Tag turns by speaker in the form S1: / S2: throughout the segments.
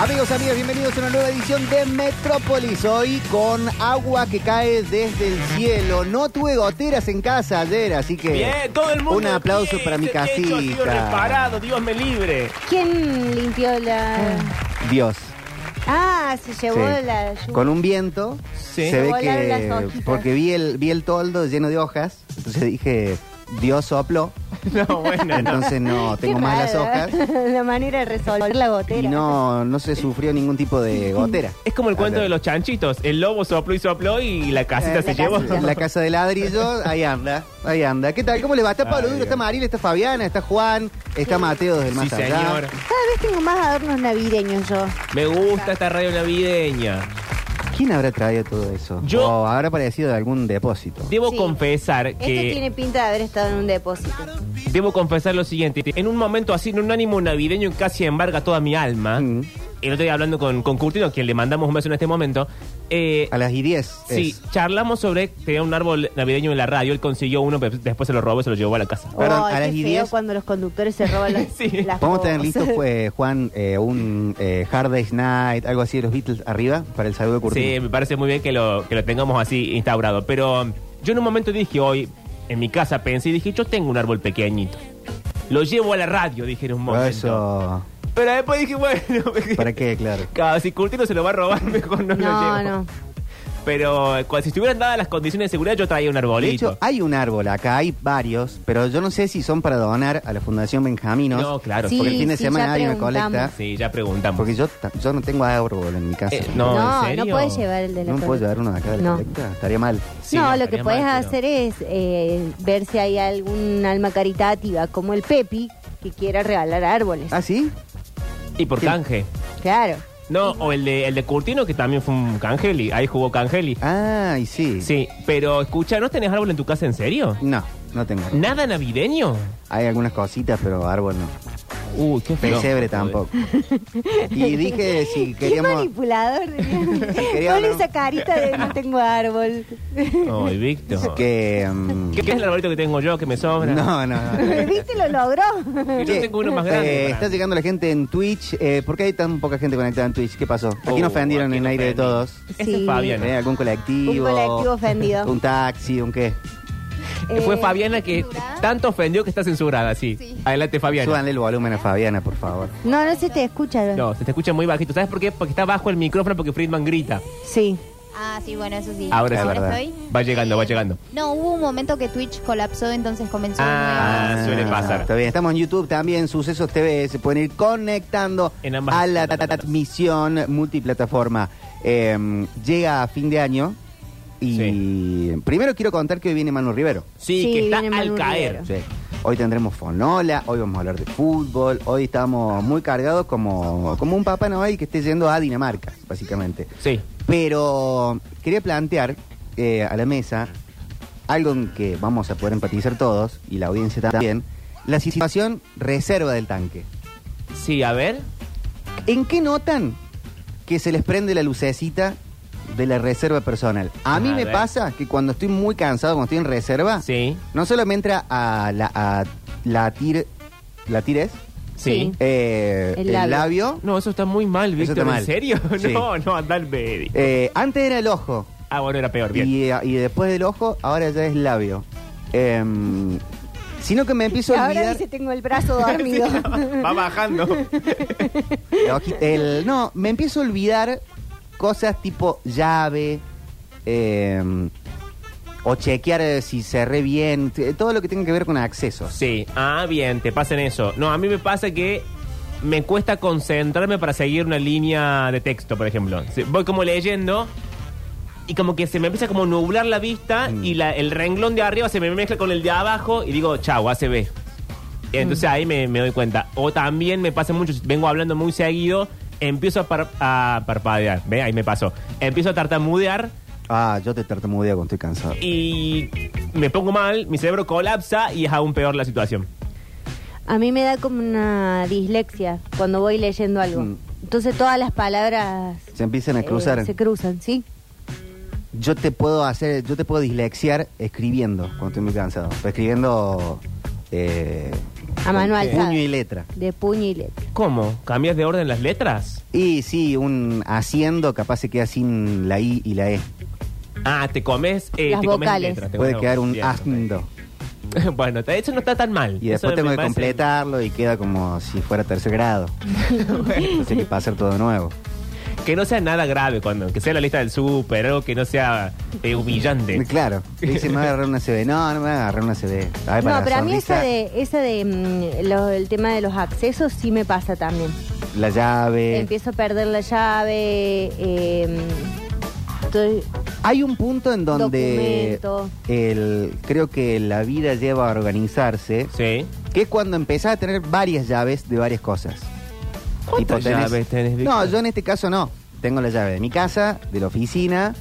S1: Amigos, amigas, bienvenidos a una nueva edición de Metrópolis. Hoy con agua que cae desde el cielo. No tuve goteras en casa ayer, así que
S2: Bien, todo el mundo.
S1: un aplauso
S2: bien,
S1: para mi
S2: este techo ha sido
S1: casita.
S2: reparado, Dios me libre.
S3: ¿Quién limpió la.?
S1: Dios.
S3: Ah, se llevó
S1: Sí.
S3: la lluvia.
S1: Con un viento
S2: Sí.
S1: se ve
S3: Volaron las
S1: que
S3: hojitas.
S1: porque vi el vi el toldo lleno de hojas, entonces dije Dios sopló,
S2: No, bueno.
S1: entonces no
S3: Qué
S1: tengo más las
S3: raro,
S1: hojas
S3: ¿eh? la manera de resolver la
S1: y
S3: gotera.
S1: no no se sufrió ningún tipo de gotera.
S2: Es como el cuento de los chanchitos. El lobo sopló y sopló y la casita
S1: Eh,
S2: se
S1: la
S2: llevó.
S1: casa- En la casa de ladrillo, ahí anda, ahí anda. ¿Qué tal? ¿Cómo le va? Está Pablo
S2: Ay,
S1: Duro,
S2: Dios.
S1: está Maril, está Fabiana, está Juan, está Mateo desde el
S2: Sí,
S1: más allá.
S2: señor.
S3: Cada vez tengo más adornos navideños yo.
S2: Me gusta esta radio navideña.
S1: ¿Quién habrá traído todo eso?
S2: Yo-
S1: O habrá parecido de algún depósito.
S2: Debo
S3: Sí.
S2: confesar
S3: Esto
S2: que.
S3: tiene pinta de haber estado en un depósito.
S2: Debo confesar lo siguiente. En un momento así, en un ánimo navideño que casi embarga toda mi alma.
S1: Mm.
S2: El otro día hablando con, con Curtino, quien le mandamos un beso en este momento. Eh,
S1: A las 10. es.
S2: Sí, charlamos sobre tenía un árbol navideño en la radio, él consiguió uno, pero después se lo robó y se lo llevó a la casa.
S1: Perdón,
S3: Ay,
S1: a las
S3: qué
S1: y
S3: feo
S1: diez.
S3: cuando los conductores se roban las,
S2: Sí.
S3: las
S1: ¿Podemos tener
S3: cosas.
S1: listo, pues, Juan, eh, un eh, Hard Day's Night, algo así de los Beatles arriba para el saludo de
S2: Sí,
S1: Curtino?
S2: me parece muy bien que lo, que lo tengamos así instaurado. Pero um, yo en un momento dije hoy, en mi casa pensé y dije, yo tengo un árbol pequeñito. Lo llevo a la radio, dije en un
S1: Pero
S2: momento.
S1: Eso.
S2: Pero después dije, bueno,
S1: ¿Para qué? Claro.
S2: cada- si Curtino se lo va a robar, mejor no, lo
S3: No,
S2: llevo.
S3: no.
S2: Pero eh, cu- si estuvieran dadas las condiciones de seguridad, yo traía un
S1: De
S2: arbolito.
S1: hecho, hay un árbol acá, hay varios, pero yo no sé si son para donar a la Fundación Benjaminos.
S2: no, claro.
S3: Sí.
S1: Porque el fin de
S3: sí,
S1: semana
S3: ya
S1: hay una
S3: preguntamos.
S1: colecta.
S2: Sí, ya preguntamos.
S1: Porque yo, ta- yo no tengo árbol en mi casa.
S2: Eh,
S3: No,
S2: No, ¿en
S3: no,
S2: serio?
S3: puedes llevar el de la
S1: ¿No me puedo llevar
S3: colecta.
S1: uno de acá de la
S3: No.
S1: colecta? Estaría mal.
S2: Sí,
S3: no, lo que
S2: estaría
S3: puedes
S2: mal, pero-
S3: hacer es eh, ver si hay algún alma caritativa como el Pepi que quiera regalar árboles.
S1: ¿Ah, sí?
S2: Y por
S1: Sí.
S2: canje.
S3: Claro.
S2: No, o el de, el de Curtino, que también fue un Cangeli. Ahí jugó Cangeli.
S1: Ah, y sí.
S2: Sí, pero escucha, ¿no tenés árbol en tu casa en serio?
S1: No, no tengo. árbol.
S2: ¿Nada navideño?
S1: Hay algunas cositas, pero árbol no.
S2: Uy, qué feo.
S1: Pesebre tampoco. Y dije si
S3: Qué
S1: queríamos...
S3: manipulador.
S1: queríamos-
S3: Ponle esa carita de no tengo árbol.
S2: Ay, Víctor. ¿Qué?
S1: Que... mm,
S2: qué es el arbolito que tengo yo que me sobra?
S1: No, no, no.
S3: ¿Viste? Lo logró.
S2: Yo
S1: Che,
S2: tengo uno más
S1: eh,
S2: grande. para
S1: está
S2: mí.
S1: llegando la gente en Twitch. Eh, ¿Por qué hay tan poca gente conectada en Twitch? ¿Qué pasó? Aquí
S2: Oh,
S1: nos ofendieron
S2: aquí
S1: en
S2: nos
S1: aire de
S2: ofendí.
S1: todos.
S2: Ese
S3: Sí.
S2: es Fabiana.
S1: ¿Eh? ¿Algún colectivo?
S3: Un colectivo ofendido.
S1: ¿Un taxi? ¿Un qué?
S2: Fue
S3: Eh,
S2: Fabiana que tanto ofendió que está censurada, sí. Adelante, Fabiana.
S1: Súbanle el volumen a Fabiana, por favor.
S3: No, no se te escucha.
S2: No, se te escucha muy bajito. ¿Sabes por qué? Porque está bajo el micrófono porque Friedman grita.
S3: Sí.
S4: Ah, sí, bueno, eso sí.
S2: Ahora
S1: sí. Es verdad.
S4: estoy.
S2: Va llegando, va llegando.
S4: No, hubo un momento que Twitch colapsó, entonces comenzó de
S2: Ah, suele pasar.
S1: Está bien, estamos en YouTube también, Sucesos TV, se pueden ir conectando
S2: En ambas
S1: a la
S2: plataformas.
S1: transmisión multiplataforma. Eh, llega a fin de año y primero quiero contar que hoy viene Manu Rivero.
S2: Sí,
S3: Sí,
S2: que está
S3: viene
S2: al
S3: Manu
S2: caer.
S3: Rivero.
S1: Sí. Hoy tendremos Fonola, hoy vamos a hablar de fútbol, hoy estamos muy cargados como, como un Papá Noel que esté yendo a Dinamarca, básicamente.
S2: Sí.
S1: Pero quería plantear eh, a la mesa algo en que vamos a poder empatizar todos y la audiencia también, la situación reserva del tanque.
S2: Sí, a ver.
S1: ¿En qué notan que se les prende la lucecita de la reserva personal? A mí
S2: A
S1: me
S2: ver.
S1: pasa que cuando estoy muy cansado, cuando estoy en reserva,
S2: Sí.
S1: no solo me entra a la, a la tir... ¿La tires?
S2: Sí.
S3: Sí.
S1: Eh,
S3: El
S1: el labio.
S3: labio.
S2: No, eso está muy mal,
S1: Eso
S2: Víctor.
S1: está mal.
S2: ¿En serio?
S1: Sí.
S2: No, no, anda al médico.
S1: Eh, antes era el ojo,
S2: Ah, bueno, era peor, bien.
S1: Y, eh, y después del ojo, ahora ya es labio. Em, sino que me empiezo a
S3: Ahora
S1: olvidar.
S3: dice tengo el brazo dormido.
S2: Va bajando.
S1: la hoji- el- no, me empiezo a olvidar cosas tipo llave. em, o chequear eh, si cerré bien. t- eh, Todo lo que tenga que ver con accesos.
S2: Sí, ah, bien, te pasa en eso. No, a mí me pasa que me cuesta concentrarme para seguir una línea de texto, por ejemplo. Sí, Voy como leyendo y como que se me empieza como a nublar la vista
S1: Mm.
S2: y la- el renglón de arriba se me mezcla con el de abajo y digo, chau, ACB. Entonces ahí me, me doy cuenta. O también me pasa mucho, vengo hablando muy seguido, empiezo a, par- a parpadear. Ve, ahí me pasó. Empiezo a tartamudear
S1: Ah, yo te tartamudeo cuando estoy cansado.
S2: y me pongo mal, mi cerebro colapsa y es aún peor la situación.
S3: A mí me da como una dislexia cuando voy leyendo algo.
S1: Mm.
S3: Entonces todas las palabras
S1: Se empiezan a
S3: eh,
S1: cruzar.
S3: se cruzan, ¿sí?
S1: Yo te puedo hacer, yo te puedo dislexiar escribiendo cuando estoy muy cansado. Escribiendo eh,
S3: A mano alzada.
S1: Puño y letra.
S3: De puño y letra.
S2: ¿Cómo? ¿Cambias de orden las letras?
S1: Y sí, un haciendo capaz se queda sin la I y la E.
S2: Ah, te comes, eh,
S3: Las
S2: te comes
S3: vocales.
S2: letras. te
S1: Puede
S2: comes-
S1: quedar un
S2: Bien,
S1: asno.
S2: perfecto. Bueno, de hecho no está tan mal.
S1: Y después
S2: Eso
S1: tengo
S2: me
S1: que
S2: parece-
S1: completarlo y queda como si fuera tercer grado. Entonces hay que pasar todo de nuevo.
S2: Que no sea nada grave cuando, que sea la lista del súper, algo que no sea eh, humillante.
S1: Claro. Dice, me voy a agarrar una CB. No, no me voy a agarrar una CB. A ver, para
S3: No,
S1: la
S3: pero a mí
S1: sonrisa,
S3: esa de, esa de mm, lo- el tema de los accesos sí me pasa también.
S1: La llave.
S3: Empiezo a perder la llave. eh, estoy-
S1: Hay un punto en donde
S3: Documento.
S1: el, creo que la vida lleva a organizarse,
S2: Sí.
S1: que es cuando empezás a tener varias llaves de varias cosas.
S2: ¿Cuántas
S1: Tipo, tenés-
S2: llaves tenés, Víctor?
S1: No, yo en este caso no. Tengo la llave de mi casa, de la oficina,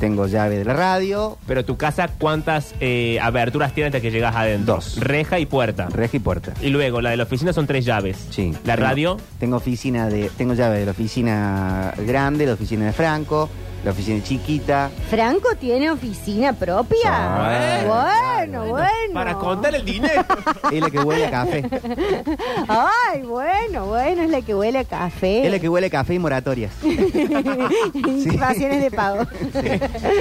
S1: tengo llave de la radio,
S2: Pero tu casa, ¿cuántas eh, aberturas tiene hasta que llegas adentro?
S1: Dos.
S2: Reja y puerta.
S1: reja y puerta.
S2: y luego, la de la oficina son tres llaves.
S1: Sí.
S2: La
S1: Tengo-
S2: radio,
S1: Tengo oficina de, tengo llave de la oficina grande, la oficina de Franco, la oficina chiquita.
S3: ¿Franco tiene oficina propia?
S1: Ah,
S3: bueno, bueno,
S2: para contar el dinero.
S1: Es la que huele a café.
S3: Ay, bueno, bueno, es la que huele a café.
S1: Es la que huele a café y moratorias.
S3: Invasiones de pago.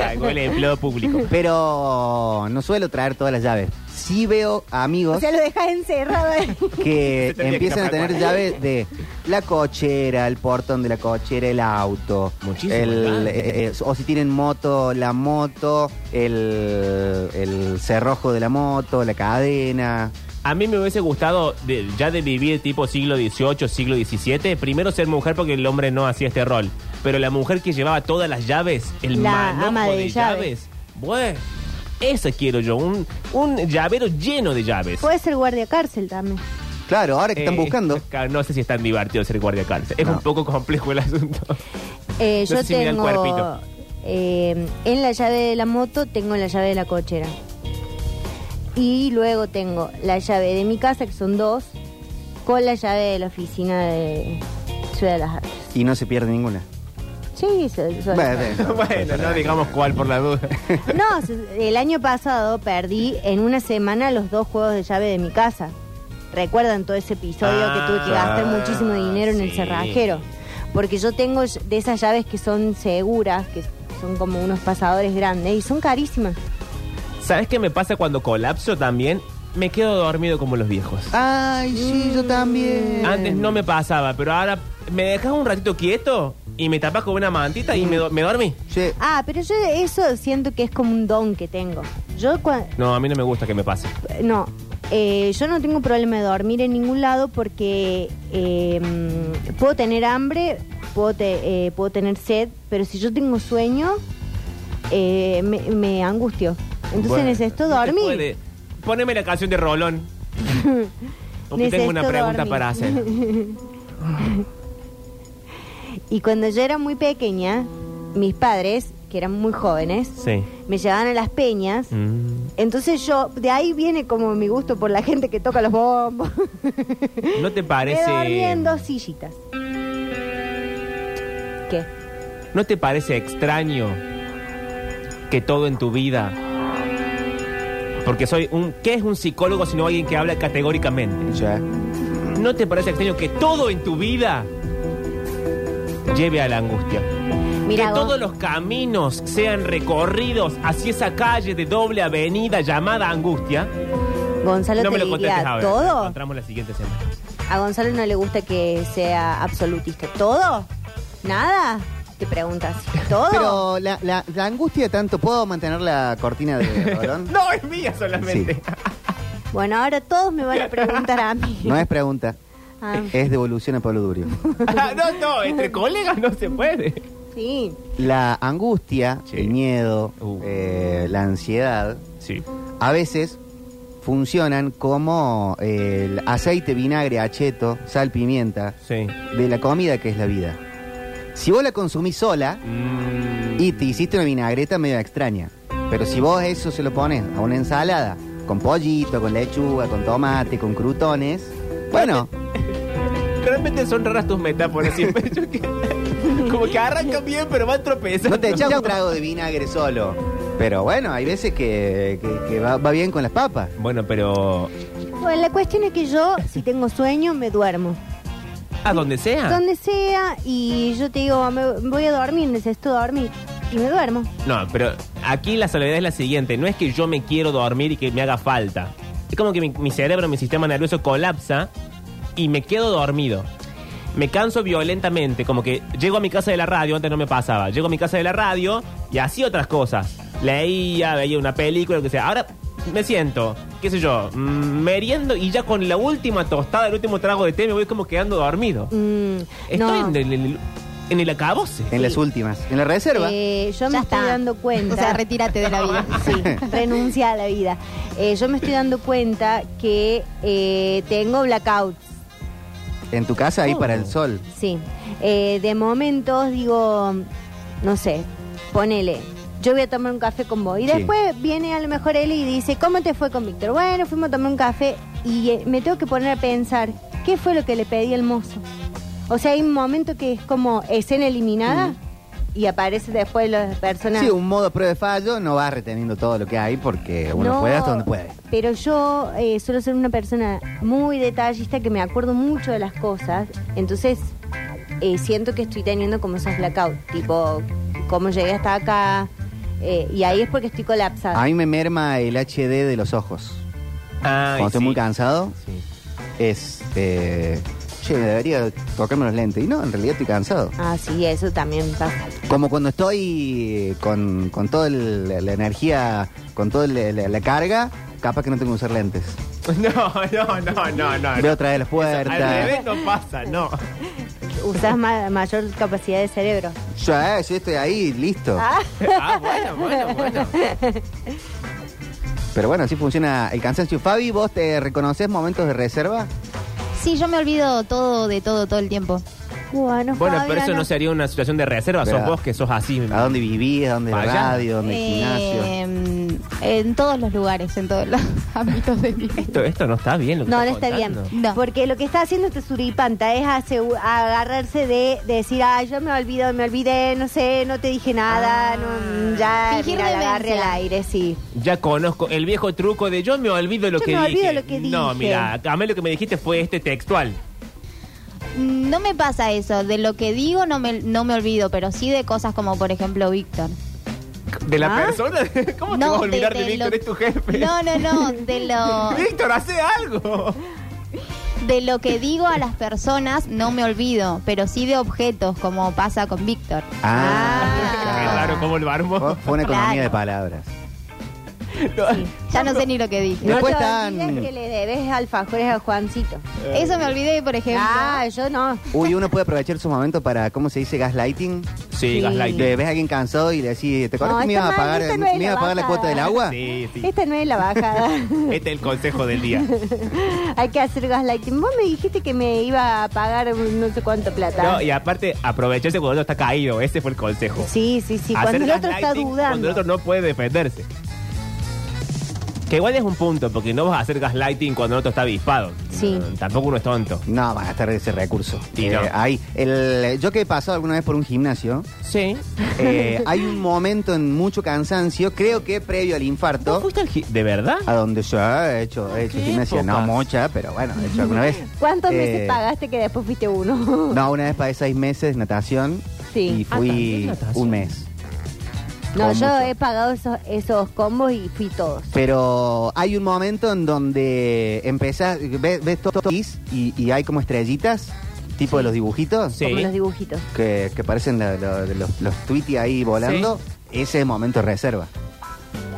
S2: Algo el empleo público.
S1: Pero no suelo traer todas las llaves. Sí veo amigos
S3: O sea, lo dejas encerrado ahí.
S1: que
S2: Se tendría
S1: empiezan
S2: que
S1: a tener
S2: escapar.
S1: llaves de la cochera, el portón de la cochera, el auto,
S2: Muchísimo,
S1: el-
S2: claro.
S1: eh, eh, o si tienen moto, la moto, el, el cerrojo de la moto, la cadena.
S2: A mí me hubiese gustado, de- ya de vivir tipo siglo XVIII, siglo XVII, primero ser mujer porque el hombre no hacía este rol. Pero la mujer que llevaba todas las llaves, el
S3: La
S2: manojo
S3: ama de
S2: de, llaves. Bueno, esa quiero yo, un, un llavero lleno de llaves.
S3: Puede ser guardia cárcel también.
S1: Claro, ahora que están
S2: Eh,
S1: buscando.
S2: ca- No sé si es tan divertido ser guardia cárcel. Es
S1: No.
S2: un poco complejo el asunto.
S3: Eh,
S2: No
S3: yo
S2: sé si me da el
S3: tengo.
S2: cuerpito.
S3: eh, en la llave de la moto tengo la llave de la cochera. Y luego tengo la llave de mi casa, que son dos, con la llave de la oficina de Ciudad de las Artes.
S1: Y no se pierde ninguna.
S3: Sí, so- so-
S1: Bueno,
S2: bueno, no digamos cuál por la duda.
S3: No, se- el año pasado perdí en una semana los dos juegos de llave de mi casa. ¿Recuerdan todo ese episodio
S2: Ah,
S3: que tuve que gastar
S2: claro.
S3: muchísimo dinero en el
S2: Sí.
S3: cerrajero? Porque yo tengo ll- de esas llaves que son seguras, que son como unos pasadores grandes y son carísimas.
S2: ¿Sabes qué me pasa cuando colapso también? Me quedo dormido como los viejos.
S1: Ay, sí, yo también.
S2: Antes no me pasaba, pero ahora me dejas un ratito quieto y me tapas con una mantita y me, do- me dormí.
S1: Sí.
S3: Ah, pero yo eso siento que es como un don que tengo. Yo cua-
S2: No, a mí no me gusta que me pase.
S3: No, eh, yo no tengo problema de dormir en ningún lado porque eh, mm, puedo tener hambre, puedo, te- eh, puedo tener sed, pero si yo tengo sueño, eh, me, me angustio. Entonces
S2: Bueno, no
S3: necesito
S2: te
S3: dormir.
S2: puede. Poneme la canción de Rolón. Porque tengo una
S3: Necesito
S2: pregunta
S3: dormir.
S2: para hacer.
S3: Y cuando yo era muy pequeña, mis padres, que eran muy jóvenes,
S2: Sí.
S3: me llevaban a las peñas.
S2: Mm.
S3: Entonces yo, de ahí viene como mi gusto por la gente que toca los bombos.
S2: ¿No te
S3: Me dormí
S2: parece,
S3: en dos sillitas. ¿Qué?
S2: ¿No te parece extraño que todo en tu vida... Porque soy un... ¿Qué es un psicólogo sino alguien que habla categóricamente?
S1: Ya.
S2: ¿No te parece extraño que todo en tu vida lleve a la angustia?
S3: Mira,
S2: que
S3: vos-
S2: todos los caminos sean recorridos hacia esa calle de doble avenida llamada angustia.
S3: Gonzalo
S2: no
S3: te
S2: me lo
S3: diría
S2: contestes ahora. Nos
S3: todo.
S2: encontramos la siguiente semana.
S3: A Gonzalo no le gusta que sea absolutista. ¿Todo? ¿Nada? Te preguntas. ¿Todo?
S1: Pero la, la, la angustia tanto, ¿puedo mantener la cortina de Rolón?
S2: No, es mía solamente.
S1: Sí.
S3: Bueno, ahora todos me van a preguntar a mí.
S1: No es pregunta,
S3: Ah,
S1: es devolución a Pablo Durio.
S2: no, no, entre colegas no se puede.
S3: sí.
S1: La angustia,
S2: Sí.
S1: el miedo,
S2: Uh.
S1: eh, la ansiedad,
S2: Sí.
S1: a veces funcionan como eh, el aceite, vinagre, acheto, sal, pimienta
S2: Sí.
S1: de la comida que es la vida. Si vos la consumís sola
S2: Mm,
S1: y te hiciste una vinagreta medio extraña, pero si vos eso se lo pones a una ensalada con pollito, con lechuga, con tomate, con crutones, bueno,
S2: Realmente son raras tus metáforas. siempre. Yo que- como que arrancan bien, pero van tropezando.
S1: no te echas un trago de vinagre solo. Pero bueno, hay veces que, que- que va, va bien con las papas.
S2: Bueno, pero.
S3: Bueno, la cuestión es que yo, si tengo sueño, me duermo.
S2: A donde sea.
S3: Donde sea, y yo te digo, me voy a dormir, necesito dormir. Y me duermo.
S2: No, pero aquí la salvedad es la siguiente. No es que yo me quiero dormir y que me haga falta. Es como que mi, mi cerebro, mi sistema nervioso colapsa y me quedo dormido. Me canso violentamente, como que llego a mi casa de la radio, antes no me pasaba. Llego a mi casa de la radio y hacía otras cosas. Leía, veía una película, lo que sea. Ahora me siento, qué sé yo, mm, meriendo y ya con la última tostada, el último trago de té me voy como quedando dormido.
S3: Mm,
S2: Estoy
S3: no,
S2: en, el, en el- en el acabose.
S1: En las últimas. En la reserva.
S3: eh, yo me
S4: Ya
S3: estoy
S4: está.
S3: dando cuenta.
S4: O sea, retírate de la vida.
S3: Sí, renuncia a la vida. Eh, yo me estoy dando cuenta que eh, tengo blackouts.
S1: En tu casa
S3: Uh.
S1: ahí
S2: Oh.
S1: para el sol.
S3: Sí. Eh, de momentos digo, no sé, ponele. Yo voy a tomar un café con vos. Y
S1: Sí.
S3: después viene a lo mejor él y dice, ¿cómo te fue con Víctor? Bueno, fuimos a tomar un café y eh, me tengo que poner a pensar, ¿qué fue lo que le pedí al mozo? O sea, hay un momento que es como escena eliminada y aparece después las personas.
S1: Mm. Sí, un modo prueba de fallo no va reteniendo todo lo que hay porque uno
S3: No,
S1: puede hasta donde puede.
S3: Pero yo eh, suelo ser una persona muy detallista que me acuerdo mucho de las cosas. Entonces eh, siento que estoy teniendo como esas blackout. Tipo, cómo llegué hasta acá. eh, y ahí es porque estoy colapsada.
S1: A mí me merma el HD de los ojos.
S2: Ay,
S1: Cuando estoy
S2: sí.
S1: muy cansado,
S2: Sí.
S1: es. Eh, che, debería tocarme los lentes. Y no, en realidad estoy cansado.
S3: Ah, sí, eso también pasa.
S1: Como cuando estoy con, con toda el- la, la energía, con toda la, la- la carga, capaz que no tengo que usar lentes.
S2: No, no, no, no, Ah, no.
S1: Veo otra vez las
S2: Al revés
S1: puertas.
S2: no pasa, no.
S3: Usas ma- mayor capacidad de cerebro.
S1: Yo, eh, yo estoy ahí, listo.
S3: Ah,
S2: Ah, bueno, bueno, bueno.
S1: Pero bueno, así funciona el cansancio. Fabi, ¿vos te reconoces momentos de reserva?
S4: Sí, yo me olvido todo de todo, todo el tiempo.
S3: bueno,
S2: Bueno, pero
S3: Fabiana.
S2: eso no sería una situación de reserva, sos
S1: Pero,
S2: vos que sos así.
S1: ¿A dónde vivís? ¿A dónde la
S2: Vaya.
S1: radio? ¿Dónde el gimnasio?
S4: Eh, en todos los lugares, en todos los ámbitos de mi vida.
S2: Esto, esto no está bien. Lo que
S3: No, no
S2: estás
S3: está bien.
S2: contando.
S4: No.
S3: Porque lo que está haciendo este suripanta es asegu- agarrarse de, de decir, ah, yo me olvido, me olvidé, no sé, no te dije
S2: Ah.
S3: nada, no, mm, ya,
S4: Fingir
S3: mira, la agarre al
S4: demencia.
S3: aire, sí.
S2: Ya conozco el viejo truco de yo me olvido lo
S3: Yo
S2: que
S3: me
S2: dije.
S3: olvido lo que
S2: No,
S3: dije.
S2: mira, a mí lo que me dijiste fue este textual.
S4: No me pasa eso. De lo que digo no me, no me olvido, pero sí de cosas como, por ejemplo, Víctor.
S2: ¿De la
S3: ¿Ah?
S2: persona? ¿Cómo te
S4: No,
S2: vas a olvidar de,
S4: de
S2: Víctor?
S4: lo-
S2: Es tu jefe.
S4: No, no, no. De lo,
S2: Víctor, hace algo.
S4: de lo que digo a las personas no me olvido, pero sí de objetos, como pasa con Víctor.
S2: Qué
S1: Ah,
S2: raro cómo lo armó.
S1: Fue- Fue una economía
S4: Claro.
S1: de palabras.
S4: Ya no sé ni lo que dije.
S3: No
S1: Después
S3: te
S1: están-
S3: olvides que le debes alfajores a Juancito.
S4: Eso me olvidé, por ejemplo.
S3: Ah, yo no.
S1: Uy, uno puede aprovechar su momento para, ¿cómo se dice? Gaslighting.
S2: Sí, gaslighting.
S1: Le ves a alguien cansado y le decís, ¿te acuerdas
S3: No,
S1: que me ibas
S3: está
S1: a
S3: mal,
S1: pagar,
S3: esta no
S1: me
S3: es la
S1: ibas a pagar la
S3: bajada.
S1: cuota del agua?
S2: Sí, sí.
S3: Esta no es la bajada.
S2: Este es el consejo del día.
S3: Hay que hacer gaslighting. Vos me dijiste que me iba a pagar no sé cuánto plata.
S2: No, y aparte, aprovecharse cuando uno está caído. Ese fue el consejo.
S3: Sí, sí, sí.
S2: Hacer
S3: Cuando el otro está
S2: gaslighting Cuando
S3: dudando.
S2: el otro no puede defenderse. Que igual es un punto, porque no vas a hacer gaslighting cuando el otro está avispado.
S3: Sí.
S2: Mm, tampoco uno es tonto.
S1: No, van a estar ese recurso. Eh,
S2: Y no.
S1: hay el, yo que he pasado alguna vez por un gimnasio,
S2: Sí.
S1: eh, hay un momento en mucho cansancio, creo que previo al infarto,
S2: fuiste al gi- ¿De verdad?
S3: Ah.
S1: a donde yo he hecho, he hecho
S2: ¿Qué
S1: gimnasia, no
S2: épocas?
S1: mucha, pero bueno, he hecho alguna vez.
S3: ¿Cuántos
S1: Eh,
S3: meses pagaste que después fuiste uno?
S1: No, una vez pagué seis meses natación
S3: Sí.
S1: y
S2: Ah,
S1: fui
S2: también natación.
S1: un mes.
S3: No,
S1: Como
S3: yo
S1: mucho.
S3: he pagado esos, esos combos y fui todos.
S1: Pero hay un momento en donde empezás, ves, ves todo todo gris y, y hay como estrellitas, tipo de los dibujitos,
S2: Sí.
S3: Como los dibujitos.
S1: que, que parecen la- la- los, los tweety ahí volando. Ese es momento de reserva.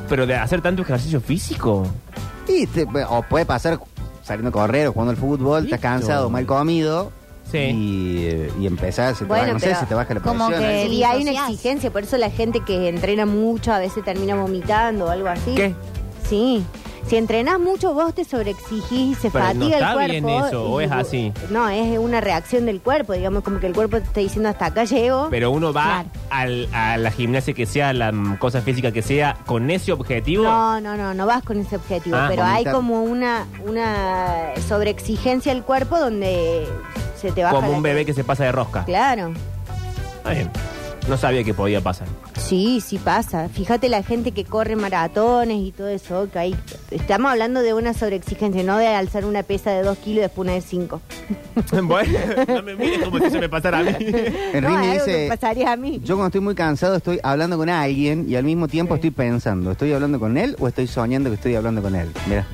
S2: Pero de hacer tanto ejercicio físico.
S1: Y te- o puede pasar saliendo a correr o jugando al fútbol, estás
S2: Listo.
S1: cansado, mal comido.
S2: Sí.
S1: Y, y empezás, se te
S3: Bueno,
S1: baja- no sé,
S3: pero
S1: se te baja la
S4: como
S1: presión. eh.
S4: que-
S1: algo.
S3: Eh, Y hay una
S4: disociás.
S3: exigencia, por eso la gente que entrena mucho a veces termina vomitando o algo así.
S2: ¿Qué?
S3: Sí. Si entrenás mucho, vos te sobreexigís y se
S2: Pero no
S3: fatiga
S2: está
S3: el cuerpo.
S2: bien eso, o
S3: y-
S2: es así.
S3: No, es una reacción del cuerpo, digamos, como que el cuerpo te está diciendo hasta acá llego.
S2: Pero uno va
S4: Claro.
S2: al- a la gimnasia que sea, la mm, cosa física que sea, con ese objetivo.
S3: no, no, no, no vas con ese objetivo,
S2: Ah,
S3: pero hay
S1: vomitar.
S3: como una, una sobreexigencia del cuerpo donde se te baja
S2: como
S3: la-
S2: un bebé que se pasa de rosca.
S3: Claro.
S2: Está bien. No sabía que podía pasar.
S3: Sí, sí pasa. Fíjate la gente que corre maratones y todo eso, que ahí estamos hablando de una sobreexigencia, no de alzar una pesa de 2 kilos y después una de 5.
S2: bueno, no me mires como si se me pasara a mí.
S1: Henry
S3: no,
S1: me
S3: algo que
S1: dice,
S3: me pasaría a mí.
S1: yo cuando estoy muy cansado estoy hablando con alguien y al mismo tiempo
S3: Sí.
S1: estoy pensando, ¿estoy hablando con él o estoy soñando que estoy hablando con él? Mira,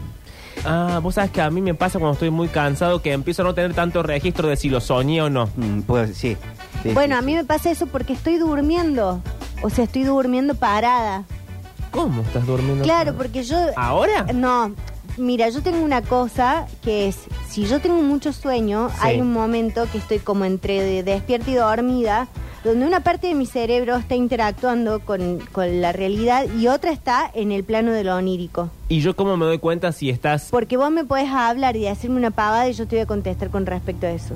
S2: Ah, vos sabes que a mí me pasa cuando estoy muy cansado que empiezo a no tener tanto registro de si lo soñé o no.
S1: mm, pues sí. sí,
S3: bueno,
S1: sí,
S3: a mí me pasa eso porque estoy durmiendo. O sea, estoy durmiendo parada.
S2: ¿Cómo estás durmiendo? Ah,
S3: Claro, porque yo...
S2: ¿Ahora?
S3: No, mira, yo tengo una cosa que es, si yo tengo mucho sueño,
S2: Sí.
S3: hay un momento que estoy como entre de- despierta y dormida, donde una parte de mi cerebro está interactuando con, con la realidad y otra está en el plano de lo onírico.
S2: ¿Y yo cómo me doy cuenta si estás...
S3: Porque vos me podés hablar y decirme una pavada y yo te voy a contestar con respecto a eso.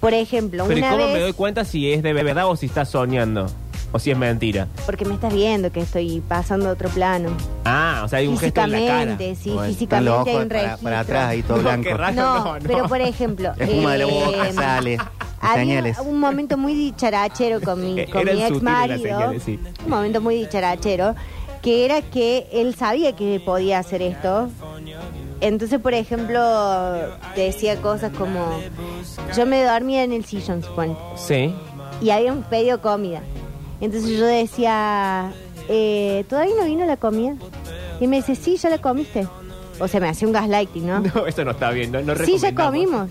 S3: Por ejemplo,
S2: Pero ¿y
S3: una
S2: cómo
S3: vez...
S2: me doy cuenta si es de verdad o si estás soñando? O si es mentira.
S3: Porque me estás viendo que estoy pasando a otro plano.
S2: Ah, o sea, hay un gesto en la cara.
S3: Físicamente, sí,
S1: Bueno, están
S3: físicamente
S1: los
S3: hay
S1: ojos
S3: un
S1: para, para
S3: registro.
S1: atrás y todo
S2: No,
S1: blanco.
S2: qué raro. Ah,
S3: No,
S2: no, no.
S3: pero por ejemplo.
S1: Espuma de la boca
S3: eh,
S1: sale.
S3: Había
S1: Señales.
S3: un momento muy dicharachero con mi,
S2: Eh,
S3: con
S2: eran
S3: mi ex
S2: sutiles las
S3: marido.
S2: señales, sí.
S3: Un momento muy dicharachero. Que era que él sabía que podía hacer esto. Entonces, por ejemplo, te decía cosas como: Yo me dormía en el sillón, supongo
S2: Sí.
S3: y habíamos pedido comida. Entonces yo decía, eh, ¿todavía no vino la comida? Y me dice, sí, ya la comiste. O sea, me hacía un gaslighting, ¿no?
S2: No, eso no está bien. No, no
S3: sí, ya
S2: recomendamos.
S3: comimos.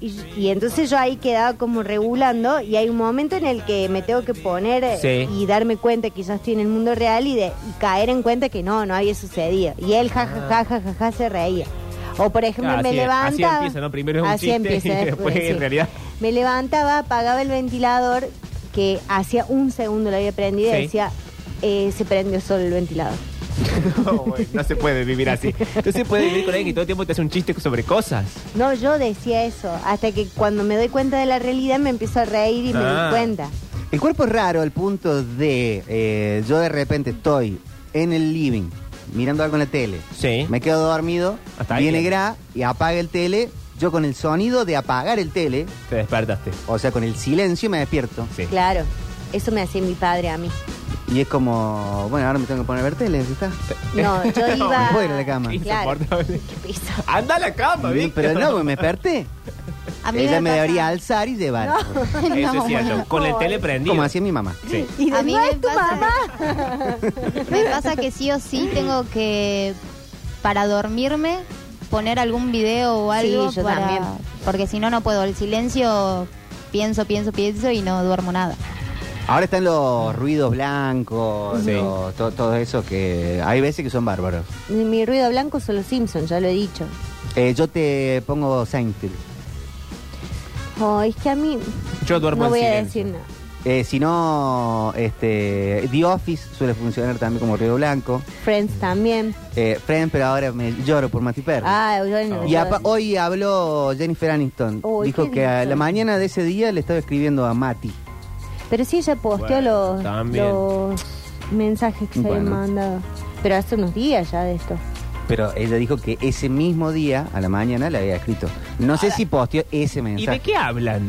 S3: Y, y entonces yo ahí quedaba como regulando y hay un momento en el que me tengo que poner eh,
S2: Sí.
S3: y darme cuenta que ya estoy en el mundo real y, de, y caer en cuenta que no, no había sucedido. Y él jajaja se reía. O por ejemplo
S2: Ah, así
S3: me
S2: es,
S3: levanta...
S2: así empieza, ¿no? Primero es un
S3: así
S2: chiste
S3: empieza,
S2: y
S3: después,
S2: después, en
S3: sí.
S2: realidad.
S3: Me levantaba, apagaba el ventilador que hacía un segundo lo había prendido
S2: Sí.
S3: y decía, eh, se prendió solo el ventilador.
S2: No, güey, no se puede vivir así. No se puede vivir con alguien que todo el tiempo te hace un chiste sobre cosas.
S3: No, yo decía eso, hasta que cuando me doy cuenta de la realidad me empiezo a reír y me
S2: Ah.
S3: doy cuenta.
S1: El cuerpo es raro al punto de eh, yo de repente estoy en el living mirando algo en la tele.
S2: Sí.
S1: Me quedo dormido,
S2: Hasta ahí
S1: viene
S2: bien.
S1: Gra y apaga el tele. Yo con el sonido de apagar el tele,
S2: Te despertaste.
S1: o sea, con el silencio me despierto.
S2: Sí.
S3: Claro, eso me hacía mi padre a mí.
S1: Y es como, bueno, ahora me tengo que poner a ver tele, ¿sí ¿está?
S3: No, yo iba...
S1: me voy de la cama.
S3: Claro.
S2: Insoportable.
S3: Qué piso.
S2: Anda a la cama,
S1: Mm,
S2: Víctor.
S1: Pero no, pues me desperté.
S4: A mí
S1: Ella me
S4: pasa-
S1: debería alzar y llevar.
S2: Eso
S4: No.
S2: es cierto. Con el tele prendido.
S1: Como hacía mi mamá.
S2: Sí.
S3: Y de
S4: A mí
S3: nuevo
S4: me
S3: es tu
S4: pasa-
S3: mamá.
S4: Me pasa que sí o sí tengo que, para dormirme, poner algún video o
S3: Sí,
S4: algo.
S3: yo
S4: para-
S3: también.
S4: Porque si no, no puedo. El silencio, pienso, pienso, pienso y no duermo nada.
S1: Ahora están los ruidos blancos,
S2: Sí.
S1: los- to- todo eso que hay veces que son bárbaros.
S3: Mi ruido blanco son los Simpsons, ya lo he dicho.
S1: Eh, yo te pongo Seinfeld.
S3: Oh, es que a mí...
S2: Yo duermo
S3: No
S2: en
S3: voy a
S2: silencio.
S3: decir nada.
S1: Eh, si no, este, The Office suele funcionar también como ruido blanco.
S3: Friends también.
S1: Eh, Friends, pero ahora me lloro por Matty Perry.
S3: Ah, yo no.
S1: y
S3: yo-
S1: apa- hoy habló Jennifer Aniston.
S3: Uy,
S1: Dijo
S3: qué
S1: que a
S3: lindo.
S1: la mañana de ese día le estaba escribiendo a Mati.
S3: Pero sí ella posteó
S2: Bueno,
S3: los,
S2: también.
S3: los mensajes que se
S1: Bueno.
S3: habían mandado. Pero hace unos días ya de esto.
S1: Pero ella dijo que ese mismo día, a la mañana, le había escrito. No sé si posteó ese
S2: ¿Y de
S1: mensaje.
S2: qué hablan?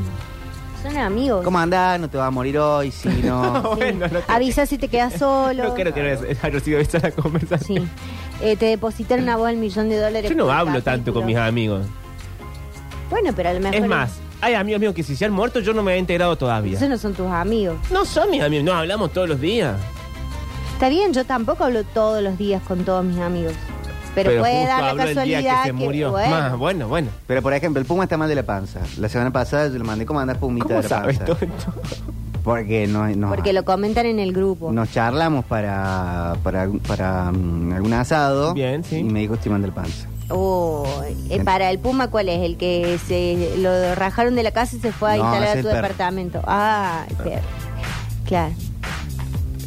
S3: Son amigos.
S1: ¿Cómo andás? No te vas a morir hoy, si no.
S3: Sí.
S2: Ah, Bueno, no te-
S3: Avisa si te quedas solo.
S2: No creo que no haya sido esa la conversación.
S3: Sí. Eh, te depositaron a vos el millón de dólares.
S2: Yo no
S3: por
S2: hablo
S3: capítulo.
S2: tanto con mis amigos.
S3: Bueno, pero a lo mejor.
S2: Es más, hay amigos míos que si se han muerto yo no me he enterado todavía.
S3: Esos no son tus amigos.
S2: No son mis amigos, no hablamos todos los días.
S3: Está bien, yo tampoco hablo todos los días con todos mis amigos. Pero, puede
S2: justo
S3: dar
S2: hablo
S3: la
S2: el día
S3: casualidad
S2: que se murió.
S3: bueno,
S2: Más, bueno, bueno.
S1: Pero por ejemplo, el Puma está mal de la panza. La semana pasada yo le mandé cómo andar Pumita
S2: ¿Cómo
S1: de la
S2: sabes
S1: panza.
S2: todo esto?
S1: Porque no, no-
S3: porque lo comentan en el grupo.
S1: nos charlamos para, para, para, mm, algún asado.
S2: Bien, sí.
S1: Y me dijo estoy mal del panza.
S3: Oh, eh, para el Puma, ¿cuál es? El que se lo rajaron de la casa y se fue a
S1: No,
S3: instalar
S1: ese
S3: a tu
S1: es el perro.
S3: departamento. Ah, el perro. Claro.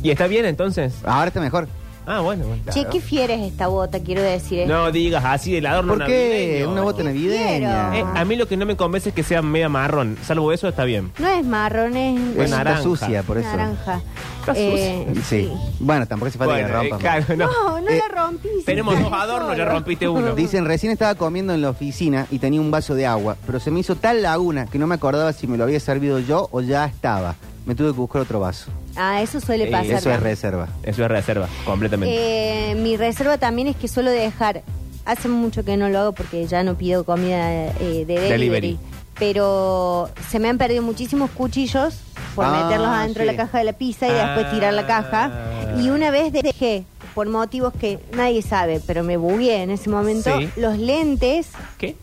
S2: ¿Y está bien entonces?
S1: Ahora está mejor.
S2: Ah, bueno, bueno.
S3: Che, qué fiera es esta bota, quiero decir. eh.
S2: No digas así del adorno
S1: ¿Por qué?
S2: navideño.
S1: Una bota navideña.
S2: Eh, a mí lo que no me convence es que sea media marrón. Salvo eso, está bien.
S3: No es marrón, es
S1: Pues
S2: Es naranja.
S1: está sucia, por eso.
S3: naranja.
S2: Está
S3: Eh,
S1: Sí. Bueno, tampoco hace falta que
S2: Bueno,
S1: la
S2: eh,
S1: rompa.
S2: claro, no.
S3: No, no
S1: Eh,
S3: la rompí. se
S2: Tenemos
S3: cae
S2: dos adornos, ya
S3: solo.
S2: rompiste uno.
S1: Dicen, recién estaba comiendo en la oficina y tenía un vaso de agua, pero se me hizo tal laguna que no me acordaba si me lo había servido yo o ya estaba. Me tuve que buscar otro vaso.
S3: Ah, eso suele
S2: Eh,
S3: pasar.
S1: Eso es
S3: también.
S1: reserva.
S2: Eso es reserva, completamente.
S3: Eh, mi reserva también es que suelo dejar. Hace mucho que no lo hago porque ya no pido comida eh, de delivery,
S2: Delivery.
S3: Pero se me han perdido muchísimos cuchillos por
S1: Ah,
S3: meterlos adentro de
S1: sí.
S3: la caja de la pizza y
S2: Ah.
S3: después tirar la caja. Y una vez dejé, por motivos que nadie sabe, pero me bugué en ese momento,
S2: Sí.
S3: los lentes,
S2: ¿Qué?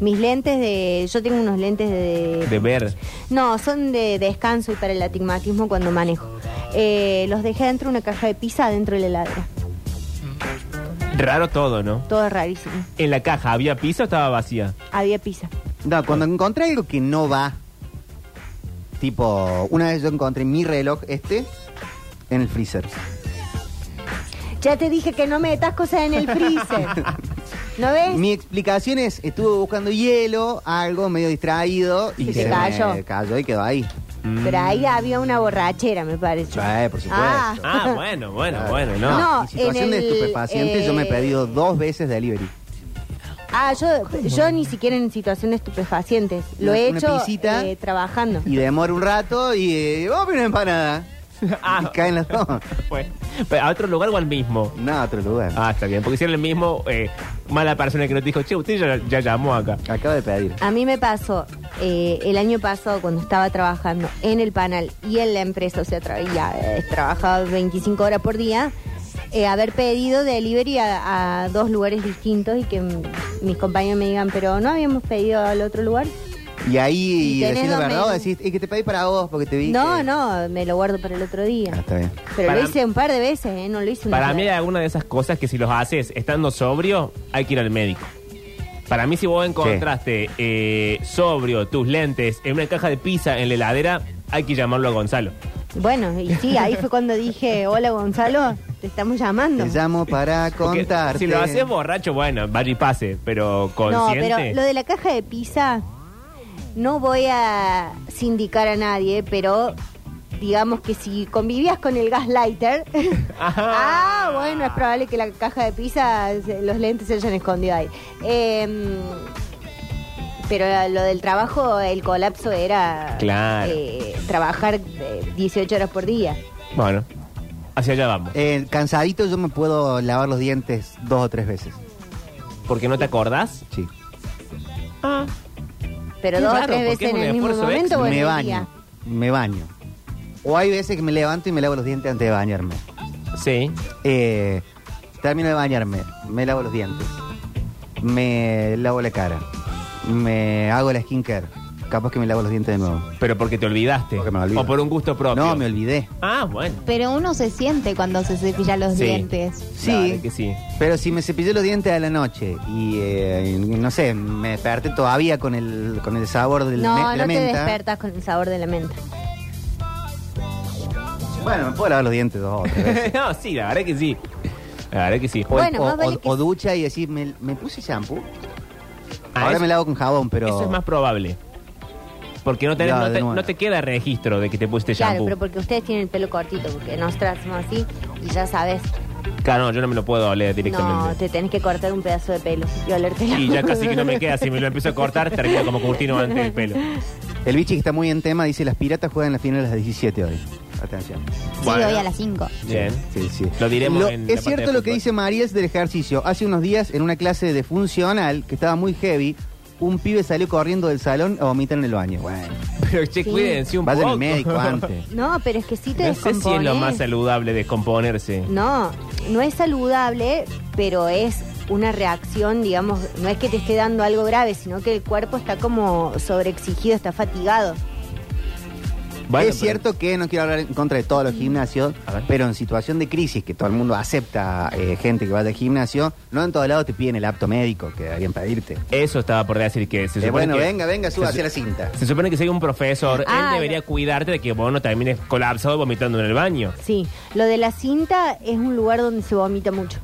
S3: mis lentes de. Yo tengo unos lentes de.
S2: De ver.
S3: No, son de descanso y para el astigmatismo cuando manejo. Eh, los dejé dentro de una caja de pizza dentro de la heladera.
S2: Raro todo, ¿no?
S3: Todo es rarísimo.
S2: ¿En la caja había pizza o estaba vacía?
S3: Había pizza.
S1: No, cuando encontré algo que no va, tipo, una vez yo encontré mi reloj este en el freezer.
S3: Ya te dije que no metas cosas en el freezer. ¿No ves?
S1: Mi explicación es, estuve buscando hielo, algo medio distraído y
S3: Se te cayó.
S1: me cayó y quedó ahí.
S3: Pero ahí había una borrachera, me parece.
S1: Sí, por supuesto.
S3: Ah.
S2: Ah, bueno, bueno,
S1: Claro.
S2: bueno,
S1: No,
S2: no.
S3: No,
S1: en situación
S3: en
S1: de
S3: el,
S1: estupefaciente yo me he
S3: eh,
S1: pedido dos veces delivery.
S3: Ah, yo, yo ni siquiera en situaciones estupefacientes. Lo he
S1: Una
S3: hecho
S1: pisita.
S3: eh, trabajando.
S1: Y demora un rato y eh, vamos a una empanada.
S2: Ah.
S1: Y caen las dos.
S2: Fue. Pero ¿A otro lugar o al mismo?
S1: No, a otro lugar.
S2: Ah, está bien, porque si era el mismo, eh, mala persona que nos dijo, che, usted ya, ya llamó acá.
S1: Acabo de pedir.
S3: A mí me pasó eh, el año pasado cuando estaba trabajando en el panel y en la empresa, o sea, tra- ya, eh, trabajaba 25 horas por día, eh, haber pedido delivery a, a dos lugares distintos y que mm, mis compañeros me digan, pero no habíamos pedido al otro lugar.
S1: Y ahí
S3: Y tenés
S1: decís la
S3: dos
S1: verdad o
S3: menús.
S1: decís, es que te pedí para vos porque te vi.
S3: No,
S1: que-".
S3: no, me lo guardo para el otro
S1: Ah,
S3: día.
S1: está bien.
S3: Pero
S2: Para-
S3: lo hice un par de veces, ¿eh? No lo hice una
S2: Para
S3: sola
S2: mí hay
S3: vez.
S2: alguna de esas cosas que si los haces estando sobrio, hay que ir al médico. Para mí si vos encontraste eh, sobrio tus lentes en una caja de pizza en la heladera, hay que llamarlo a Gonzalo.
S3: Bueno, y sí, ahí fue cuando dije, hola Gonzalo, te estamos llamando.
S1: Te llamo para
S2: Porque
S1: contarte.
S2: Si lo haces borracho, bueno, vaya y pase, pero
S3: No,
S2: consciente.
S3: pero lo de la caja de pizza no voy a sindicar a nadie, pero digamos que si convivías con el gaslighter,
S2: Ajá.
S3: ah, bueno, es probable que la caja de pizza, se- los lentes se hayan escondido ahí. Em, pero lo del trabajo, el colapso era
S2: Claro.
S3: eh, trabajar eh, 18 horas por día.
S2: Bueno, hacia allá vamos.
S1: Eh, cansadito yo me puedo lavar los dientes dos o tres veces.
S2: Porque no te acordás.
S1: Sí.
S2: Ah.
S3: Pero
S2: Qué
S3: dos o
S2: raro,
S3: tres
S2: porque
S3: veces
S2: es
S3: en
S2: un
S3: el mismo
S2: esfuerzo extra.
S3: momento, bueno,
S1: me
S3: el
S1: baño.
S3: día.
S1: Me baño. O hay veces que me levanto y me lavo los dientes antes de bañarme.
S2: Sí.
S1: Eh, termino de bañarme, me lavo los dientes, me lavo la cara, me hago la skincare. Capaz que me lavo los dientes de nuevo.
S2: Pero porque te olvidaste.
S1: Porque me olvido.
S2: O por un gusto propio.
S1: No, me olvidé.
S2: Ah, bueno.
S4: Pero uno se siente cuando se cepilla los
S2: Sí.
S4: dientes.
S1: Sí.
S2: Claro que sí.
S1: Pero si me cepillé los dientes a la noche y, eh, y no sé, me desperté todavía con el, con el sabor del
S3: No,
S1: me- de
S3: no
S1: la
S3: te
S1: menta.
S3: despertas con el sabor de la menta.
S1: Bueno, me puedo lavar los dientes dos o tres veces.
S2: no, sí, la verdad que sí. La verdad que sí.
S1: O,
S3: Bueno,
S1: o-
S3: más vale
S1: o-
S3: que
S1: o
S3: sí.
S1: ducha y decir, me, me puse shampoo.
S2: Ah,
S1: Ahora
S2: eso-
S1: me lavo con jabón, pero.
S2: Eso es más probable. Porque no, tenés-
S1: Ya,
S2: no
S1: de
S2: te,
S1: nuevo.
S2: no te queda registro de que te pusiste
S3: Claro,
S2: shampoo.
S3: pero porque ustedes tienen el pelo cortito, porque nosotras somos así y ya sabes,
S2: Claro, no, yo no me lo puedo oler
S3: no,
S2: directamente.
S3: te tenés que cortar un pedazo de pelo y olértelo.
S2: Y ya casi que no me queda. Si me lo empiezo a cortar, termino como Curtino antes del pelo.
S1: El bichi que está muy en tema dice: Las piratas juegan la final a las 17 hoy. Atención.
S4: Sí,
S2: Bueno.
S4: hoy a las 5.
S2: Bien.
S1: Sí, sí.
S2: Lo diremos
S1: Lo-
S2: en la
S1: Es
S2: parte de
S1: cierto lo que
S2: fútbol.
S1: dice Marías del ejercicio. Hace unos días, en una clase de funcional que estaba muy heavy, un pibe salió corriendo del salón a vomitar en el baño. Bueno,
S2: Pero che,
S3: Sí.
S2: cuídense un
S1: vayan
S2: poco.
S1: al médico ah. antes.
S3: No, pero es que sí te
S2: No sé si es lo
S3: descompones.
S2: más saludable descomponerse.
S3: No, no es saludable, pero es una reacción, digamos, no es que te esté dando algo grave, sino que el cuerpo está como sobreexigido, está fatigado.
S2: Bueno,
S1: es cierto que no quiero hablar en contra de todos los gimnasios,
S2: A ver.
S1: pero en situación de crisis, que todo el mundo acepta eh, gente que va al gimnasio, no en todos lados te piden el apto médico que deberían pedirte.
S2: pero Eso estaba por decir que se
S1: Eh,
S2: supone
S1: bueno,
S2: que-
S1: venga, venga, suba
S2: se-
S1: hacia la cinta.
S2: Se supone que si hay un profesor,
S3: Ah,
S2: él debería cuidarte de que vos no termines colapsado vomitando en el baño.
S3: Sí, lo de la cinta es un lugar donde se vomita mucho.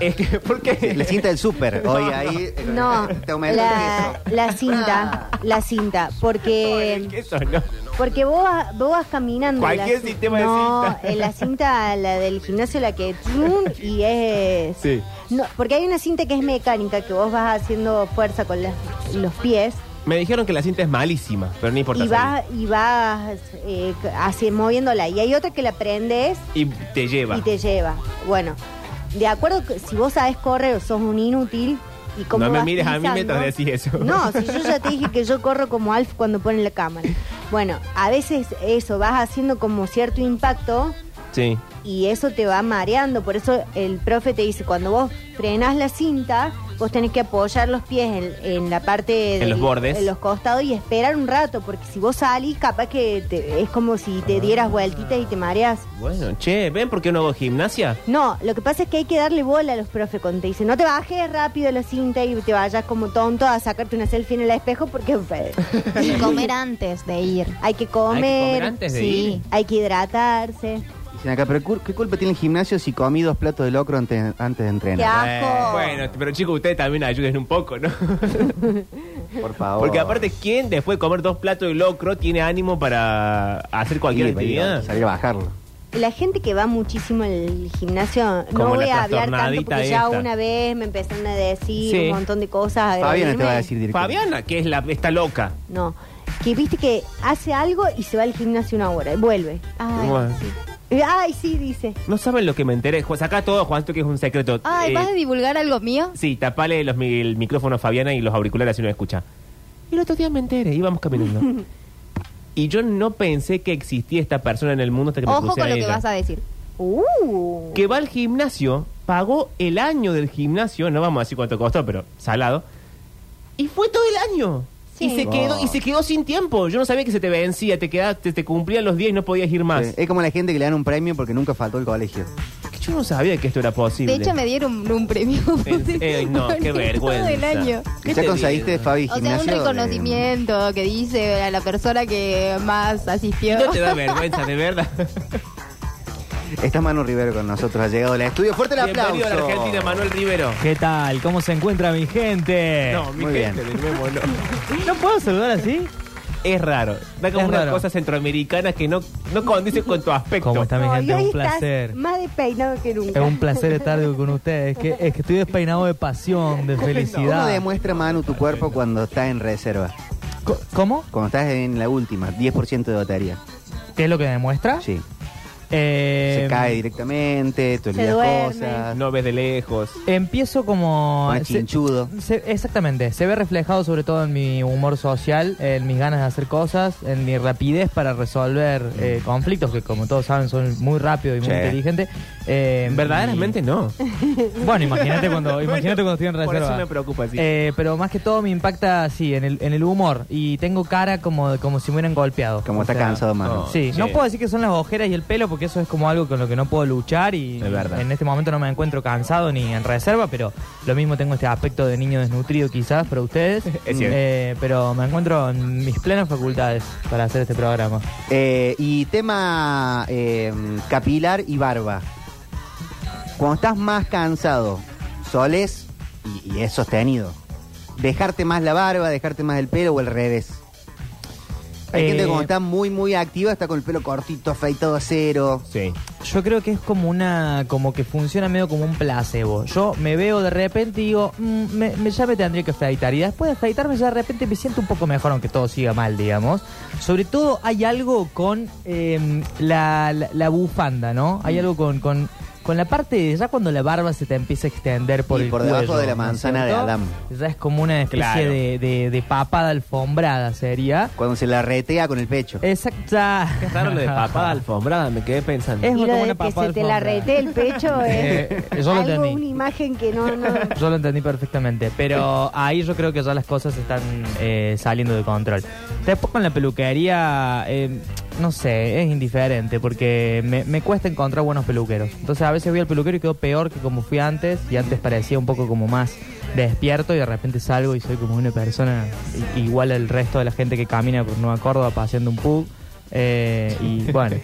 S2: Es que, ¿por
S1: La
S2: qué?
S1: cinta del súper, hoy ahí eh,
S3: No,
S1: te aumenta el
S3: la,
S1: peso. Ah.
S3: la cinta, la cinta, porque...
S2: Eso no.
S3: Porque vos, vas- vos vas caminando.
S2: Cualquier
S3: en la-
S2: sistema de
S3: no,
S2: cinta.
S3: en la cinta, la del gimnasio, la que. ¡tum! Y es.
S2: Sí.
S3: No, porque hay una cinta que es mecánica, que vos vas haciendo fuerza con las- los pies
S2: Me dijeron que la cinta es malísima, pero no importa.
S3: Y
S2: salí.
S3: vas, y vas eh, así moviéndola. Y hay otra que la prendes
S2: Y te lleva.
S3: y te lleva. Bueno, de acuerdo, que si vos sabes correr, sos un inútil. ¿y cómo
S2: No me
S3: vas
S2: mires a mí
S3: pisando?
S2: mientras decís eso.
S3: No, si yo ya te dije que yo corro como Alf cuando ponen la cámara. Bueno, a veces eso, vas haciendo como cierto impacto
S2: Sí.
S3: y eso te va mareando. Por eso el profe te dice, cuando vos frenás la cinta, vos tenés que apoyar los pies en, en la parte... del-
S2: los bordes.
S3: En los costados y esperar un rato, porque si vos salís, capaz que te- es como si te dieras vueltitas y te mareas.
S2: Bueno, che, ¿ven por qué no hago gimnasia?
S3: No, lo que pasa es que hay que darle bola a los profes cuando te dicen, no te bajes rápido la cinta y te vayas como tonto a sacarte una selfie en el espejo porque eh,
S4: Y comer antes de ir.
S3: hay que comer,
S2: antes de
S3: sí,
S2: ir.
S3: hay que hidratarse.
S1: Dicen acá, pero cu- ¿qué culpa tiene el gimnasio si comí dos platos de locro ante- antes de entrenar?
S3: Ya. Ajo.
S2: Eh, bueno, pero chicos, ustedes también ayuden un poco, ¿no?
S1: Por favor.
S2: Porque aparte, ¿quién después de comer dos platos de locro tiene ánimo para hacer cualquier
S1: Sí, para ir a-
S2: actividad?
S1: Salir a bajarlo.
S3: La gente que va muchísimo al gimnasio, no
S2: Como
S3: voy
S2: la
S3: a hablar tanto
S2: trastornadita
S3: porque ya
S2: esta.
S3: una vez me empezaron a decir
S2: Sí.
S3: un montón de cosas.
S1: Fabiana te
S3: agredirme.
S1: va a decir directamente.
S2: Fabiana, que es la esta loca.
S3: No, que viste que hace algo y se va al gimnasio una hora, y vuelve.
S4: Ay,
S2: Bueno.
S4: sí.
S3: Eh, Ay, sí, dice.
S2: No saben lo que me enteré. Ju- Sacá todo, Juanito, que es un secreto.
S4: Ay,
S2: Eh,
S4: ¿vas a divulgar algo mío?
S2: Sí, tapale los, mi- el micrófono a Fabiana y los auriculares así no escucha. Y el otro día me enteré, íbamos caminando. y yo no pensé que existía esta persona en el mundo hasta que me
S4: Ojo
S2: crucé
S4: con
S2: a
S4: lo que
S2: ella.
S4: vas a decir.
S3: Uh.
S2: que va al gimnasio, pagó el año del gimnasio, no vamos a decir cuánto costó, pero salado, y fue todo el año.
S3: Sí.
S2: Y se quedó,
S1: Oh.
S2: y se quedó sin tiempo. Yo no sabía que se te vencía, te quedaba, te, te cumplían los días y no podías ir más.
S1: Sí, Es como la gente que le dan un premio porque nunca faltó el colegio.
S2: Yo no sabía que esto era
S4: De
S2: posible.
S4: hecho, me dieron un premio.
S2: Eh, eh, no, qué vergüenza.
S4: Todo el año.
S2: ¿Qué
S1: ¿Ya
S2: te
S1: conseguiste,
S2: digo?
S1: Fabi,
S4: O sea, un
S1: gimnasio? de-
S4: reconocimiento que dice a la persona que más asistió.
S2: No te da vergüenza, de verdad.
S1: Está Manu Rivero con nosotros, ha llegado al estudio. Fuerte el aplauso.
S2: Bienvenido a la Argentina, Manuel Rivero.
S5: ¿Qué tal? ¿Cómo se encuentra mi gente?
S2: No, mi
S1: Muy
S2: gente, de nuevo, no.
S5: ¿No puedo saludar así?
S2: Es raro. Da como
S5: Es
S2: una
S5: raro.
S2: cosa centroamericana que no, no condice con tu aspecto.
S5: ¿Cómo está mi
S3: No, y
S5: gente? Es
S3: hoy
S5: un
S3: estás
S5: placer.
S3: Más despeinado que
S5: Es
S3: nunca.
S5: un placer estar con ustedes. Es que, es que estoy despeinado de pasión, de
S1: ¿Cómo
S5: felicidad.
S1: demuestra, Manu, tu cuerpo cuando estás en reserva?
S5: Co- ¿Cómo?
S1: Cuando estás en la última, 10% de batería.
S5: ¿Qué es lo que demuestra?
S1: Sí.
S5: Eh,
S1: se cae directamente, te
S3: se
S1: olvidas
S3: duerme.
S1: cosas.
S2: No ves de lejos.
S5: Empiezo como...
S1: Más
S5: se-
S1: chinchudo.
S5: se- exactamente, se ve reflejado sobre todo en mi humor social, en mis ganas de hacer cosas, en mi rapidez para resolver eh, conflictos, que como todos saben son muy rápidos y muy
S1: Mm. Sí.
S5: inteligentes. Eh,
S2: Verdaderamente no.
S5: Bueno, imagínate cuando, imagínate cuando estoy en
S2: Por
S5: reserva.
S2: eso me preocupa, sí.
S5: Eh, pero más que todo me impacta así, en el, en el humor. Y tengo cara como, de- como si me hubieran golpeado.
S1: Como
S5: O
S1: está
S5: sea,
S1: cansado, Manu.
S2: no.
S5: Sí,
S2: Sí.
S5: no puedo decir que son las ojeras y el pelo porque eso es como algo con lo que no puedo luchar y
S2: Es verdad.
S5: en este momento no me encuentro cansado ni en reserva, pero lo mismo tengo este aspecto de niño desnutrido quizás para ustedes,
S2: Es cierto.
S5: Eh, pero me encuentro en mis plenas facultades para hacer este programa.
S1: Eh, y tema eh, capilar y barba. Cuando estás más cansado, soles y, y es sostenido. Dejarte más la barba, dejarte más el pelo o al revés. Hay gente
S5: Eh,
S1: que cuando está muy, muy activa, está con el pelo cortito, afeitado a cero.
S2: Sí.
S5: Yo creo que es como una, como que funciona medio como un placebo. Yo me veo de repente y digo, "Mm, me, me- ya me tendría que afeitar. Y después de afeitarme ya de repente me siento un poco mejor, aunque todo siga mal, digamos. Sobre todo hay algo con eh, la, la- la bufanda, ¿no?
S1: Mm.
S5: Hay algo con, con, con la parte de ya cuando la barba se te empieza a extender por
S1: Y
S5: el
S1: por debajo
S5: cuello,
S1: de la
S5: ¿no es
S1: manzana de
S5: cierto?
S1: Adán.
S5: Ya es como una especie
S2: Claro.
S5: de, de, de papada alfombrada sería.
S1: Cuando se la retea con el pecho.
S5: Eh, Exacta.
S2: Qué raro lo de papada alfombrada, me quedé pensando.
S3: Y
S5: Es como
S3: lo
S5: una
S3: de que
S5: papada
S3: se te la
S5: alfombrada.
S3: rete el pecho es
S5: Eh, yo lo
S3: algo,
S5: entendí.
S3: una imagen que no, no.
S5: Yo lo entendí perfectamente, pero ahí yo creo que ya las cosas están eh, saliendo de control. Después con la peluquería, eh, no sé, es indiferente porque me, me cuesta encontrar buenos peluqueros. Entonces a veces voy al peluquero y quedo peor que como fui antes y antes parecía un poco como más despierto y de repente salgo y soy como una persona i- igual al resto de la gente que camina por Nueva Córdoba paseando un pug. eh, y bueno,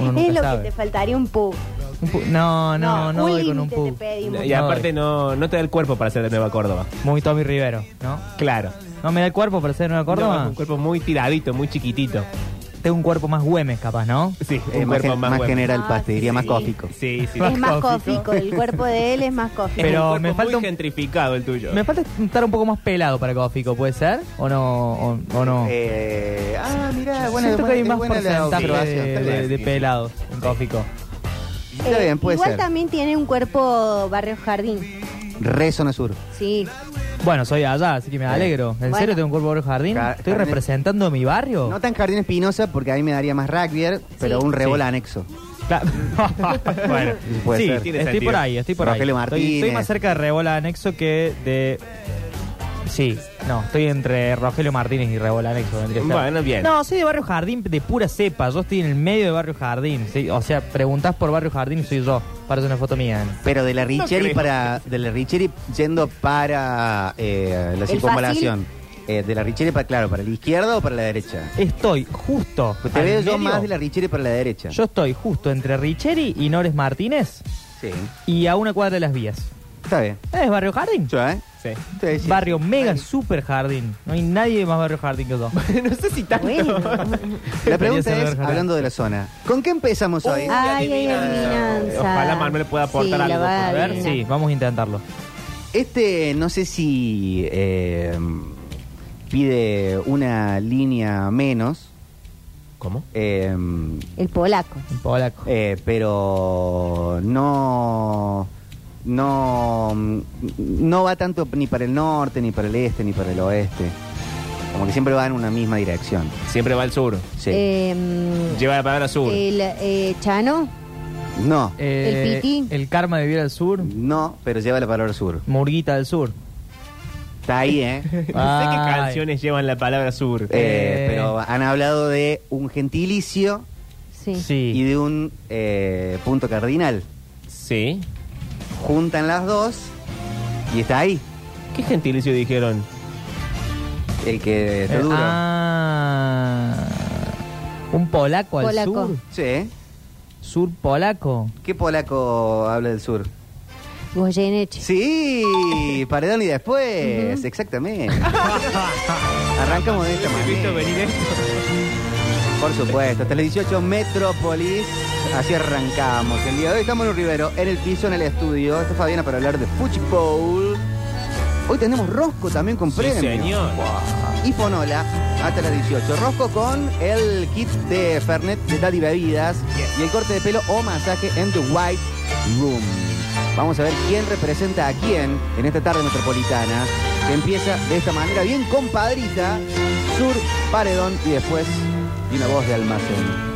S5: uno nunca
S3: es lo
S5: sabe.
S3: que te faltaría un pug.
S5: Un pug- No, no, no,
S3: un
S5: voy con un
S3: límite
S5: pug.
S3: te pedimos.
S2: Y aparte no, no te da el cuerpo para ser de Nueva Córdoba.
S5: Muy Tommy Rivero, ¿no?
S2: Claro.
S5: ¿No me da el cuerpo para ser de Nueva Córdoba?
S2: No, es un cuerpo muy tiradito, muy chiquitito.
S5: tengo un cuerpo más Güemes, capaz, ¿no?
S2: Sí,
S1: Eh,
S2: un
S1: más,
S2: cuerpo
S1: gen- más
S2: más, bueno.
S1: general,
S3: Ah,
S1: paz, te diría más
S3: sí.
S1: cófico.
S2: Sí, sí.
S5: Más
S3: Es más
S5: cófico.
S3: cófico, el cuerpo de él es más cófico.
S5: Pero
S2: Pero
S5: me
S2: me
S5: falta
S2: falta
S5: un-
S2: muy gentrificado el tuyo.
S5: Me falta estar un poco más pelado para Cófico, ¿puede ser? ¿O no? ¿O, o no?
S1: Eh, ah, mira,
S5: Oh. Yo
S1: bueno,
S5: siento que hay más
S1: la
S5: porcentaje
S1: observación.
S5: de,
S1: está
S5: de-
S1: bien.
S5: de pelados en Cófico.
S1: Está
S3: Eh,
S1: bien, puede
S3: igual
S1: ser.
S3: también tiene un cuerpo barrio jardín.
S1: Re zona sur.
S3: Sí.
S5: Bueno, soy allá, así que me
S1: Sí.
S5: alegro. ¿En
S3: Bueno.
S5: serio tengo un cuerpo de jardín?
S1: Ca-
S5: ¿Estoy
S1: jardín-
S5: representando mi barrio?
S1: No tan Jardín Espinosa porque a mí me daría más rugby, pero
S3: Sí.
S1: un rebol
S5: Sí.
S1: anexo.
S5: Claro. bueno,
S1: Puede
S5: sí,
S1: ser.
S5: estoy
S2: Tiene sentido.
S5: por ahí, estoy por
S1: Rogelio
S5: ahí. Estoy- Estoy,
S1: Martínez.
S5: más cerca de Rebola Anexo que de... Sí, no, estoy entre Rogelio Martínez y Rebola Anexo. vendría a ser.
S2: Bueno, bien.
S5: No, soy de Barrio Jardín, de pura cepa. Yo estoy en el medio de Barrio Jardín. ¿sí? O sea, preguntás por Barrio Jardín y soy yo. Parece una foto mía.
S1: Pero de la Richeri
S2: creo.
S1: para. De la Richeri yendo para eh, la
S3: ¿El
S1: circunvalación. Eh, de la Richeri para, claro, para la izquierda o para la derecha.
S5: Estoy justo.
S1: Pues te
S5: al
S1: veo yo
S5: medio.
S1: más de la Richeri para la derecha.
S5: Yo estoy justo entre Richeri y Nores Martínez
S1: Sí.
S5: y a una cuadra de las vías.
S1: Está bien.
S5: Es Barrio Jardín.
S1: Yo, ¿eh?
S2: Sí.
S1: Sí, sí.
S5: Barrio mega super jardín. No hay nadie más barrio jardín que yo.
S2: no sé si tanto.
S3: Bueno.
S1: La pregunta
S5: Debería
S1: es,
S5: ser Barrio
S1: hablando de la zona, ¿con qué empezamos hoy?
S2: Uh,
S3: Ay, hay
S2: adivinanza.
S3: adivinanza.
S2: Ojalá Manuel pueda aportar
S3: la
S2: algo,
S3: va
S2: por
S5: A ver,
S3: adivinar.
S5: sí, vamos a intentarlo.
S1: Este, no sé si eh, pide una línea menos,
S2: ¿Cómo?
S1: eh,
S3: El polaco.
S5: Un polaco.
S1: eh, pero no, no, no va tanto ni para el norte, ni para el este, ni para el oeste. Como que siempre va en una misma dirección.
S2: Siempre va al sur.
S1: Sí.
S3: Eh,
S2: Lleva la palabra sur.
S3: el eh, Chano.
S1: no,
S5: Eh,
S3: el Piti.
S5: El Karma de Viera del Sur.
S1: no, pero lleva la palabra sur.
S5: Murguita del Sur.
S1: Está ahí, ¿eh?
S2: No sé qué
S5: Ay.
S2: canciones llevan la palabra sur.
S1: Eh,
S5: Eh.
S1: pero han hablado de un gentilicio
S3: Sí.
S1: y
S5: Sí.
S1: de un eh, punto cardinal.
S2: Sí.
S1: Juntan las dos y está ahí,
S2: ¿Qué gentilicio dijeron?
S1: el que te
S5: Eh,
S1: duro.
S5: ah, un polaco al
S3: Polaco.
S5: sur.
S1: Sí. ¿eh?
S5: Sur polaco.
S1: ¿Qué polaco habla del sur?
S3: Goyeneche.
S1: Sí, Paredón y después, exactamente. Arrancamos de esta
S2: visto
S1: manera.
S2: venir
S1: Por supuesto, hasta las 18 Metrópolis. Así arrancamos. El día de hoy estamos en un Rivero, en el piso, en el estudio. Está Fabiana para hablar de Bowl. Hoy tenemos Rosco también con
S2: Sí,
S1: premio.
S2: señor.
S1: y Fonola hasta las 18. Rosco con el kit de Fernet de Daddy Bebidas y el corte de pelo o masaje en The White Room. Vamos a ver quién representa a quién en esta tarde metropolitana que empieza de esta manera bien compadrita, sur, paredón y después y una voz de almacén.